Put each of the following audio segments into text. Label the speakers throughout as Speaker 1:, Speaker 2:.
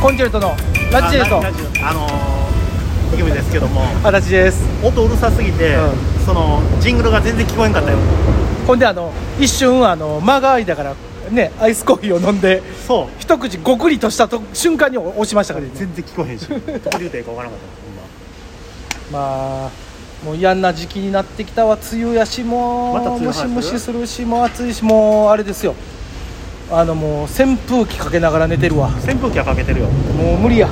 Speaker 1: コンチェルトのラッチェルト
Speaker 2: あラジオあのー、イケメンですけども
Speaker 1: 私です
Speaker 2: 音うるさすぎて、
Speaker 1: う
Speaker 2: そのジングルが全然聞こえんかったよ
Speaker 1: ほんであの一瞬あの間が空いたからねアイスコーヒーを飲んで
Speaker 2: そう
Speaker 1: 一口ごくりとしたと瞬間に押しましたから、ね、
Speaker 2: 全然聞こえへんしどこで言うていいか分からんかっ
Speaker 1: まあもう嫌な時期になってきたわ梅雨やしも
Speaker 2: また
Speaker 1: う
Speaker 2: 梅
Speaker 1: ム
Speaker 2: 雨の話
Speaker 1: シムシするしもう暑いしもうあれですよあのもう扇風機かけながら寝てるわ
Speaker 2: た扇風機はかけてるよ
Speaker 1: もう無理や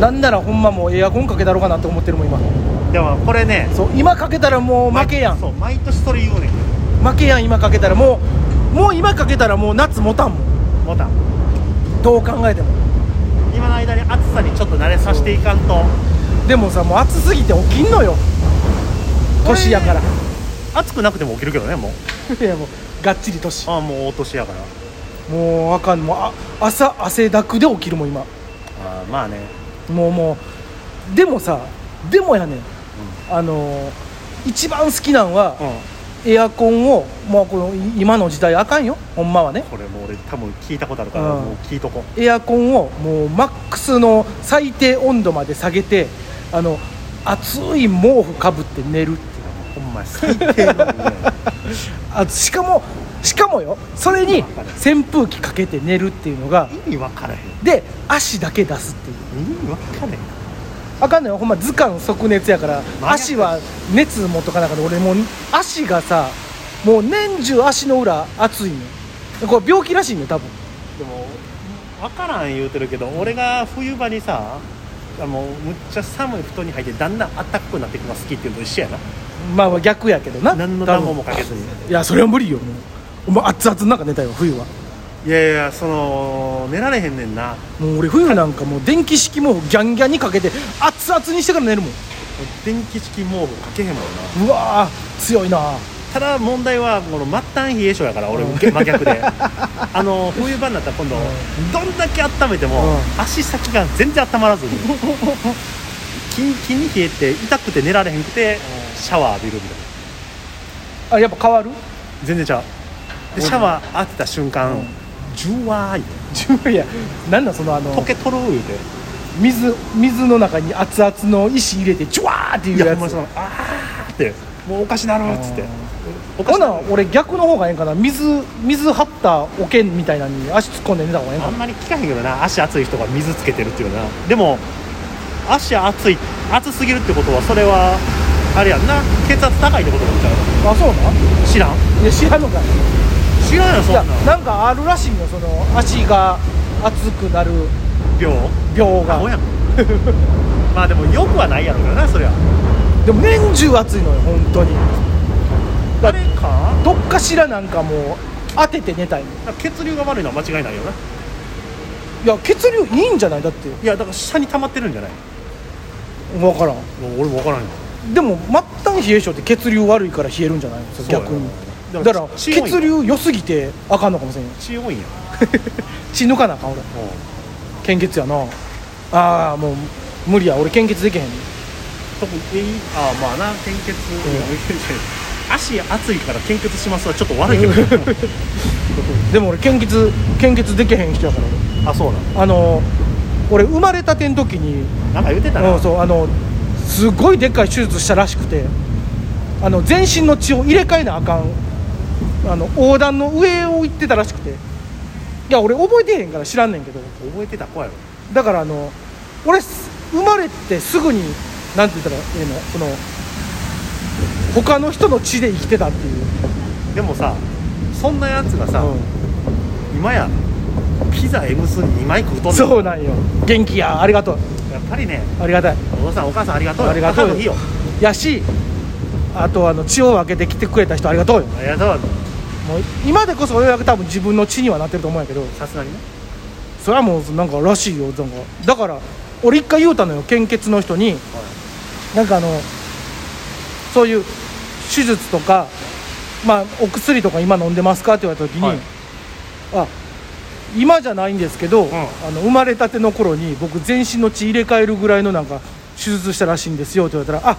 Speaker 1: なんならほんまもうエアコンかけたろうかなと思ってるもん今
Speaker 2: でもこれね
Speaker 1: そう今かけたらもう負けやん
Speaker 2: そう毎年それ言うねん
Speaker 1: 負けやん今かけたらもうもう今かけたらもう夏持たんもん
Speaker 2: ボタン
Speaker 1: どう考えても
Speaker 2: 今の間に暑さにちょっと慣れさせていかんと
Speaker 1: でもさもう暑すぎて起きんのよ年やから
Speaker 2: 暑くなくても起きるけどねもう
Speaker 1: いやもうがっちり年
Speaker 2: ああもう大年やから
Speaker 1: もうあかんもうあ朝汗だくで起きるもん今
Speaker 2: ああまあね
Speaker 1: もうもうでもさでもやねん、あのー一番好きなんは、
Speaker 2: う
Speaker 1: エアコンをもうこのい今の時代あかんよほんまはね
Speaker 2: んこれもう俺多分聞いたことあるから、
Speaker 1: うん
Speaker 2: もう聞いとこ
Speaker 1: エアコンをもうマックスの最低温度まで下げてあの熱い毛布かぶって寝るっていう
Speaker 2: ほんま最低のね
Speaker 1: あしかもしかもよそれに扇風機かけて寝るっていうのが
Speaker 2: 意味分からへん
Speaker 1: で足だけ出すっていう
Speaker 2: 意味分からへん
Speaker 1: あかんのよほんま図鑑即熱やから
Speaker 2: マニアック
Speaker 1: 足は熱持っとかなかった俺もう足がさもう年中足の裏熱いのよこれ病気らしいのよ多分
Speaker 2: でも分からん言うてるけど俺が冬場にさあもうむっちゃ寒い布団に入ってだんだんあったかくなっていくのが好きっていうのと一緒やな
Speaker 1: まあまあ逆やけどな
Speaker 2: 何の
Speaker 1: 多
Speaker 2: 暖
Speaker 1: 分
Speaker 2: 房もかけずに
Speaker 1: いやそれは無理よもうお前熱々の中寝たよ冬はい
Speaker 2: やいやその寝られへんねんな
Speaker 1: もう俺冬なんかもう電気式毛布ギャンギャンにかけて熱々にしてから寝るもん
Speaker 2: 電気式毛布かけへんもんな
Speaker 1: うわー強いな
Speaker 2: ただ問題はこの末端冷え性やから俺真逆 であの冬場になったら今度どんだけ温めても
Speaker 1: うん
Speaker 2: 足先が全然温まら ずにキンキンに冷えて痛くて寝られへんくてシャワー浴びるみたいな
Speaker 1: あやっぱ変わる
Speaker 2: 全然ちゃうでシャワー当てた瞬間、
Speaker 1: うん
Speaker 2: ジュワー い
Speaker 1: いやなんなんそのあの
Speaker 2: 溶けとる言うて
Speaker 1: 水水の中に熱々の石入れてジュワーってい
Speaker 2: いうや
Speaker 1: や
Speaker 2: ほんま
Speaker 1: つ
Speaker 2: そのあーってもうおかしなるっつっておか
Speaker 1: ほ
Speaker 2: しな
Speaker 1: な
Speaker 2: る
Speaker 1: 俺逆の方がええんかな水水張ったおけんみたいなのに足突っ込んで寝た方がええん
Speaker 2: あ
Speaker 1: か
Speaker 2: んまり聞かへんけどな足熱い人が水つけてるっていうなでも足熱い熱すぎるってことはそれはあれやんな血圧高いってことなんちゃう
Speaker 1: なあそうなん
Speaker 2: 知らん
Speaker 1: いや知らんのかい
Speaker 2: 知らんよそ
Speaker 1: い
Speaker 2: ん
Speaker 1: や
Speaker 2: な
Speaker 1: なんかあるらしいよその足が熱くなる
Speaker 2: 病
Speaker 1: 病
Speaker 2: あほ
Speaker 1: が
Speaker 2: やん まあでもよくはないやろうからなそりゃ
Speaker 1: でも年中熱いのよ本当に
Speaker 2: あれか
Speaker 1: どっかしらなんかもう当てて寝たいの
Speaker 2: 血流が悪いのは間違いないよない
Speaker 1: や血流いいんじゃないだって
Speaker 2: いやだから下に溜まってるんじゃない
Speaker 1: 分からん
Speaker 2: もう俺も分からんよ
Speaker 1: でも末端冷え性って血流悪いから冷えるんじゃないの
Speaker 2: そうやな
Speaker 1: 逆に
Speaker 2: だ
Speaker 1: だ
Speaker 2: か
Speaker 1: からら
Speaker 2: 血
Speaker 1: 血
Speaker 2: 多いんだ
Speaker 1: 流良すぎてあかんのかもしれんよ
Speaker 2: 血多いんや
Speaker 1: 血抜かなあかん俺献血やなああもう無理や俺献血できへん
Speaker 2: 特にえいああまあな献血、足熱いから献血しますはちょっと悪いけど
Speaker 1: でも俺献血献血できへん人やから
Speaker 2: あそうなん
Speaker 1: 俺あの俺生まれたてん時に
Speaker 2: なんか言ってたな
Speaker 1: うんそうあのすごいでっかい手術したらしくてあの全身の血を入れ替えなあかんあの横断の上を行ってたらしくていや俺覚えてへんから知らんねんけど
Speaker 2: 覚えてた子やろ
Speaker 1: だからあの俺す生まれてすぐになんて言ったらええのその他の人の血で生きてたっていう、
Speaker 2: でもさそんなやつがさ、
Speaker 1: う
Speaker 2: 今やピザ M 数2枚食うと
Speaker 1: ん
Speaker 2: んねん
Speaker 1: そうなんよ元気やありがとう
Speaker 2: やっぱりね
Speaker 1: ありがたい
Speaker 2: お父さんお母さんありがとうよ
Speaker 1: ありがとう
Speaker 2: 母の日よ
Speaker 1: やしあとあの血を分けてきてくれた人ありがとうよ
Speaker 2: ありがと
Speaker 1: も
Speaker 2: う
Speaker 1: う今でこそようやく多分自分の血にはなってると思うんやけど
Speaker 2: さすがにね
Speaker 1: それはもうなんからしいよなんかだから俺一回言うたのよ献血の人になんかあのそういう手術とか、まあ、お薬とか今飲んでますかって言われた時に、
Speaker 2: はい
Speaker 1: あ今じゃないんですけど、
Speaker 2: ん
Speaker 1: あの生まれたての頃に僕全身の血入れ替えるぐらいのなんか手術したらしいんですよって言われたら「あ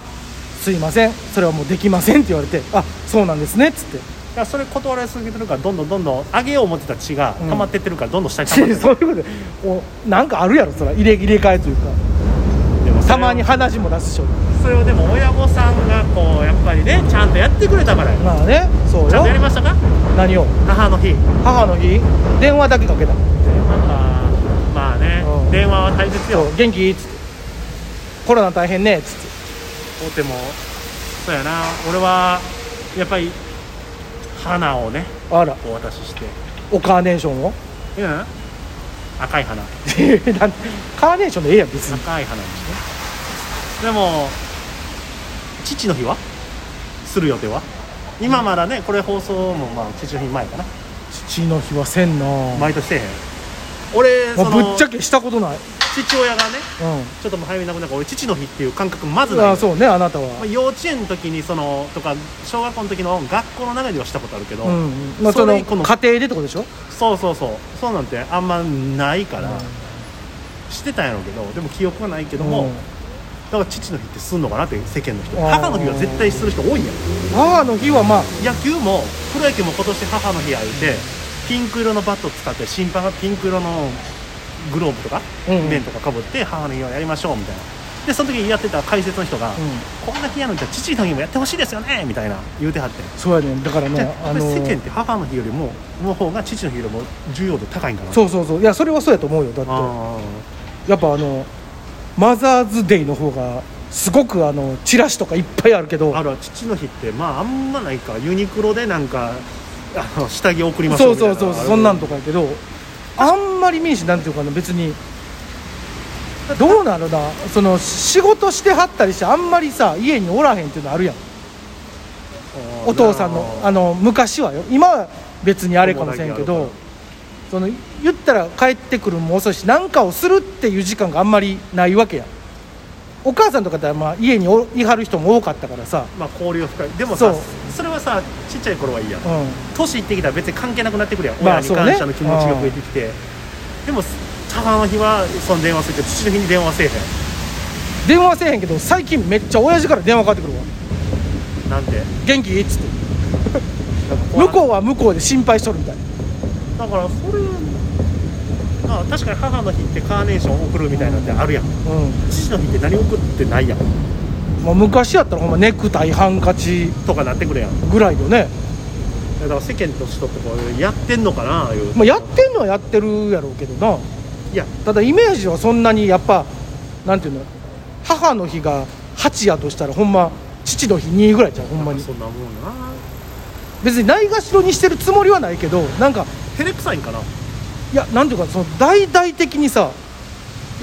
Speaker 1: すいませんそれはもうできません」って言われて「あそうなんですね」っつって
Speaker 2: からそれ断られすぎてるからどんどんどんどん上げよう思ってた血が溜まってってるからどんどん下に溜まって
Speaker 1: そういうことおなんかあるやろそれ入れ入れ替えというか
Speaker 2: でもそれ
Speaker 1: た
Speaker 2: を
Speaker 1: まに話も出すしょ
Speaker 2: それをでも親御さんがこうやっぱりねちゃんとやってくれたからよ
Speaker 1: まあねそう
Speaker 2: ちゃん
Speaker 1: よ
Speaker 2: とやりましたか
Speaker 1: 何を
Speaker 2: 母の日
Speaker 1: 母の日電話だけかけた
Speaker 2: なんかまあね、
Speaker 1: うん
Speaker 2: 電話は大切
Speaker 1: そ
Speaker 2: よ
Speaker 1: う元気っつってコロナ大変ねっつって
Speaker 2: 大手もそうやな俺はやっぱり花をね
Speaker 1: あら
Speaker 2: お渡しして
Speaker 1: おカーネーションを
Speaker 2: うん赤い花
Speaker 1: なんカーネーションでええやん別に
Speaker 2: 赤い花にしてでも父の日はする予定は今まだねこれ放送もまあ父の日前かな
Speaker 1: 父の日はせんなも
Speaker 2: 毎年せえへん俺そう
Speaker 1: ぶ
Speaker 2: の
Speaker 1: っちゃけしたことない
Speaker 2: 父親がね
Speaker 1: う
Speaker 2: ちょっともう早めに亡くなったから俺父の日っていう感覚まず
Speaker 1: ん
Speaker 2: ない
Speaker 1: あ
Speaker 2: の
Speaker 1: あそうねあなた
Speaker 2: まあ、
Speaker 1: は
Speaker 2: 幼稚園の時にそのとか小学校の時の学校の中ではしたことあるけど、
Speaker 1: うんまあ
Speaker 2: そ
Speaker 1: そ
Speaker 2: れ
Speaker 1: の
Speaker 2: 以降の
Speaker 1: 家庭でってことでしょ
Speaker 2: そうそうそうそうなんてあんまないから、してたんやろうけどでも記憶がないけども、
Speaker 1: うん
Speaker 2: だから父の日ってすんのかなって世間の人
Speaker 1: あー
Speaker 2: 母の日は絶対する人多いんや
Speaker 1: 母の日はまあ
Speaker 2: 野球もプロ野球も今年母の日あいてピンク色のバット使って審判がピンク色のグローブとか、
Speaker 1: うん
Speaker 2: 面とかかぶって母の日をやりましょうみたいなでその時にやってた解説の人が、こんな日やのに父の日もやってほしいですよねみたいな言うてはって
Speaker 1: そうやねんだから
Speaker 2: じゃ
Speaker 1: ね
Speaker 2: あやっぱり世間って母の日よりもの方が父の日よりも重要度高いんかな
Speaker 1: そうそうそういやそれはそうやと思うよだって
Speaker 2: あ
Speaker 1: やっぱあのマザーズデイの方がすごくあのチラシとかいっぱいあるけど
Speaker 2: ーあるわ父の日ってまああんまないかユニクロでなんかあの下着送りましょ
Speaker 1: そうう
Speaker 2: みたい
Speaker 1: そ
Speaker 2: な
Speaker 1: うそうそんなんとかやけどあんまり見んしなんていうかな別にどうなるなその仕事してはったりしてあんまりさ家におらへんっていうのあるやんお父さんのあ
Speaker 2: の
Speaker 1: の昔はよ今は別にあれかもしれんけ
Speaker 2: 友
Speaker 1: ど
Speaker 2: 達
Speaker 1: その言ったら帰ってくるのも遅いし何かをするっていう時間があんまりないわけやんお母さんとかだってまあ家においはる人も多かったからさ、
Speaker 2: まあ交流深いでもさ
Speaker 1: そう
Speaker 2: それはさちっちゃい頃はいいやん
Speaker 1: う
Speaker 2: 年いってきたら別に関係なくなってくるやん
Speaker 1: ま
Speaker 2: 親
Speaker 1: あ
Speaker 2: に
Speaker 1: そうね
Speaker 2: 感謝の気持ちが増えてきてでも母の日はその電話するけど父の日に電話せえへん
Speaker 1: ん、電話せえへんけど最近めっちゃ親父から電話かかってくるわ
Speaker 2: なんで
Speaker 1: 「元気?」っつって向こうは向こうで心配しとるみたい
Speaker 2: だからそれまあ確かに母の日ってカーネーション送るみたいなんてあるやん
Speaker 1: う
Speaker 2: 父の日って何送ってないやん
Speaker 1: ん、まあ、昔やったらほんまネクタイハンカチ
Speaker 2: とかなってくれやん
Speaker 1: ぐらいよね、
Speaker 2: だから世間の人ってこうやってんのかないう、
Speaker 1: まあ、やってんのはやってるやろうけどない
Speaker 2: や
Speaker 1: ただイメージはそんなにやっぱなんていうの母の日が8やとしたらほんま父の日2ぐらいじゃんほんまに
Speaker 2: そんなもんな
Speaker 1: 別にないがしろにしてるつもりはないけどなんか
Speaker 2: 照れくさいんかない
Speaker 1: いやなんていうかその大々的にさ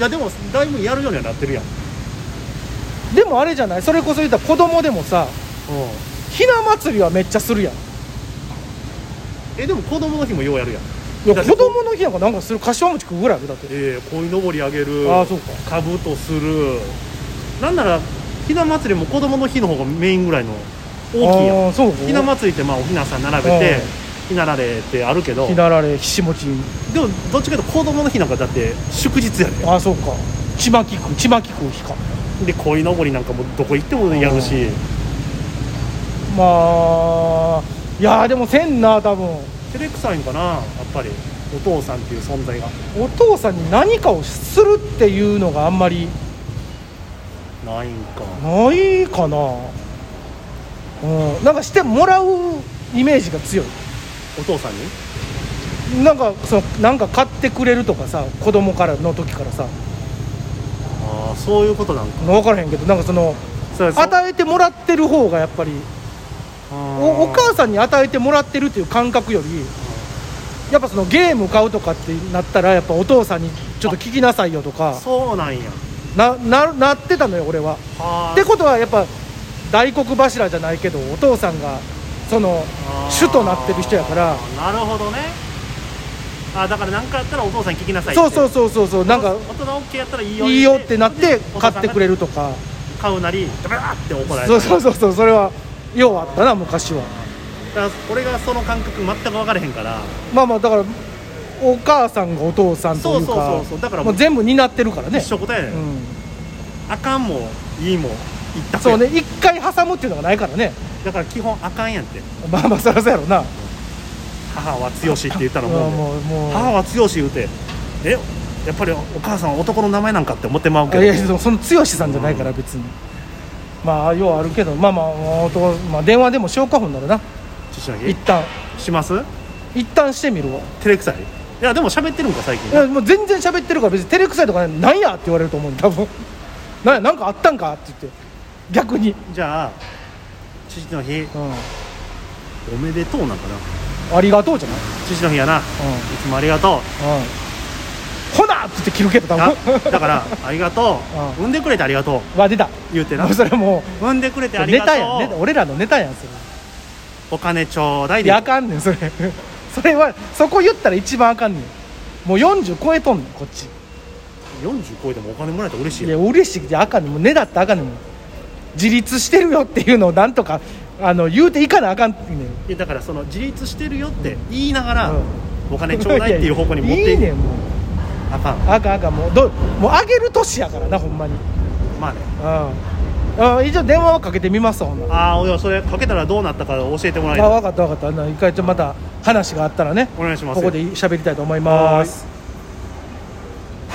Speaker 2: やでもだいぶやるようにはなってるやん
Speaker 1: でもあれじゃないそれこそ言ったら子供でもさひな祭りはめっちゃするやん
Speaker 2: えでも子供の日もようやるやん
Speaker 1: い
Speaker 2: だ
Speaker 1: や
Speaker 2: って
Speaker 1: 子供の日なんかなんかする柏餅食うぐらいあるだって
Speaker 2: ええ鯉のぼりあげる
Speaker 1: ああそうか
Speaker 2: かぶとするなんならひな祭りも子供の日の方がメインぐらいの大きいやん
Speaker 1: あーそう
Speaker 2: ひな祭りってまあおひなさん並べて
Speaker 1: うん
Speaker 2: ひなられってあるけど
Speaker 1: ひ
Speaker 2: で
Speaker 1: な
Speaker 2: も
Speaker 1: られひしもち
Speaker 2: どっちかというと子供の日なんかだって祝日やで
Speaker 1: ああそうかちまき食うちまき食う日か
Speaker 2: で鯉のぼりなんかもどこ行ってもやるし
Speaker 1: まあいやーでもせんな多分
Speaker 2: 照れくさいんかなやっぱりお父さんっていう存在が
Speaker 1: お父さんに何かをするっていうのがあんまり
Speaker 2: ないんか
Speaker 1: ないかなうんなんかしてもらうイメージが強い
Speaker 2: お父さんに
Speaker 1: なんかそのなんか買ってくれるとかさ子供からの時からさ
Speaker 2: ああそういうことなんか
Speaker 1: 分からへんけどなんかその
Speaker 2: そうそう
Speaker 1: 与えてもらってる方がやっぱりおお母さんに与えてもらってるっていう感覚よりやっぱそのゲーム買うとかってなったらやっぱお父さんにちょっと聞きなさいよとか
Speaker 2: そうなんや
Speaker 1: なななってたのよ俺は。
Speaker 2: はあ
Speaker 1: ってことはやっぱ大黒柱じゃないけどお父さんがその
Speaker 2: あー
Speaker 1: 主となってる人やから
Speaker 2: なるほどねあーだから何かあったらお父さんに聞きなさいって
Speaker 1: そうそうそうそうそうなんか
Speaker 2: 大人 OK やったらいいよ
Speaker 1: いいよってなって買ってくれ
Speaker 2: る
Speaker 1: るとか
Speaker 2: 買うなりダメだって怒られる
Speaker 1: そうそうそうそうそれはようあったな昔は
Speaker 2: だから俺がその感覚全く分からへんから
Speaker 1: まあまあだからお母さんがお父さんというか
Speaker 2: そうそうそうそうだから
Speaker 1: もう全部担ってるからね
Speaker 2: 一緒答えやね、
Speaker 1: うんん
Speaker 2: あかんもいいも言った
Speaker 1: そうね一回挟むっていうのがないからね
Speaker 2: だから基本あかんやんって
Speaker 1: まあまあそりゃそうやろな
Speaker 2: 母は強しって言ったら
Speaker 1: もう
Speaker 2: もう
Speaker 1: もうもう
Speaker 2: 母は強し言うてえやっぱりお母さんは男の名前なんかって思ってまうけ
Speaker 1: い
Speaker 2: ど
Speaker 1: やいやでもその剛さんじゃないから別に、まあようあるけどまあまあ男、まあ、電話でも消化本ならな
Speaker 2: 父の日
Speaker 1: 一旦
Speaker 2: します
Speaker 1: 一旦してみるわ
Speaker 2: 照れくさいいやでも喋ってるんか最
Speaker 1: いや
Speaker 2: 近
Speaker 1: もう全然喋ってるから別に照れくさいとかねなんやって言われると思うんだ多分なんやなんかあったんかって言って逆に、
Speaker 2: じゃあ父の日
Speaker 1: う、
Speaker 2: おめでとうなんかなん
Speaker 1: ありがとうじゃない、
Speaker 2: 父の日やないつもありがと
Speaker 1: う
Speaker 2: う
Speaker 1: んうん、ほなって言って切るけど多
Speaker 2: あ
Speaker 1: 分
Speaker 2: だからありがとう
Speaker 1: うん
Speaker 2: 産んでくれてありがとう
Speaker 1: わ出た
Speaker 2: 言うてな
Speaker 1: それも
Speaker 2: 産んでくれてあ
Speaker 1: う
Speaker 2: り
Speaker 1: ネ
Speaker 2: がと
Speaker 1: タ
Speaker 2: う
Speaker 1: やんネタ俺らのネタやんそれ
Speaker 2: お金ちょうだい
Speaker 1: い
Speaker 2: で
Speaker 1: やあかんねんそれ それはそこ言ったら一番あかんねんもう40超えとんねんこっち
Speaker 2: 40超えてもお金もらえたら嬉しい
Speaker 1: い
Speaker 2: や
Speaker 1: や
Speaker 2: ん
Speaker 1: 嬉しいてあかんねんもうねだってあかんねんもう自立してるよっていうのをなんとかあの言うていかなあかんねん
Speaker 2: いやだからその自立してるよって言いながら
Speaker 1: うん
Speaker 2: お金ちょうだいっていう方向に持って
Speaker 1: い
Speaker 2: い
Speaker 1: いね
Speaker 2: く
Speaker 1: んもう
Speaker 2: あかん
Speaker 1: あかんあかんもうどもうあげる年やからなほんまに
Speaker 2: まあね
Speaker 1: うんうん一応電話はかけてみますわほんなら
Speaker 2: ああいやそれかけたらどうなったか教えてもらえ
Speaker 1: あ
Speaker 2: る
Speaker 1: 分かった分かったあの一回ちょっとまた話があったらね
Speaker 2: お願いします
Speaker 1: ここで喋りたいと思います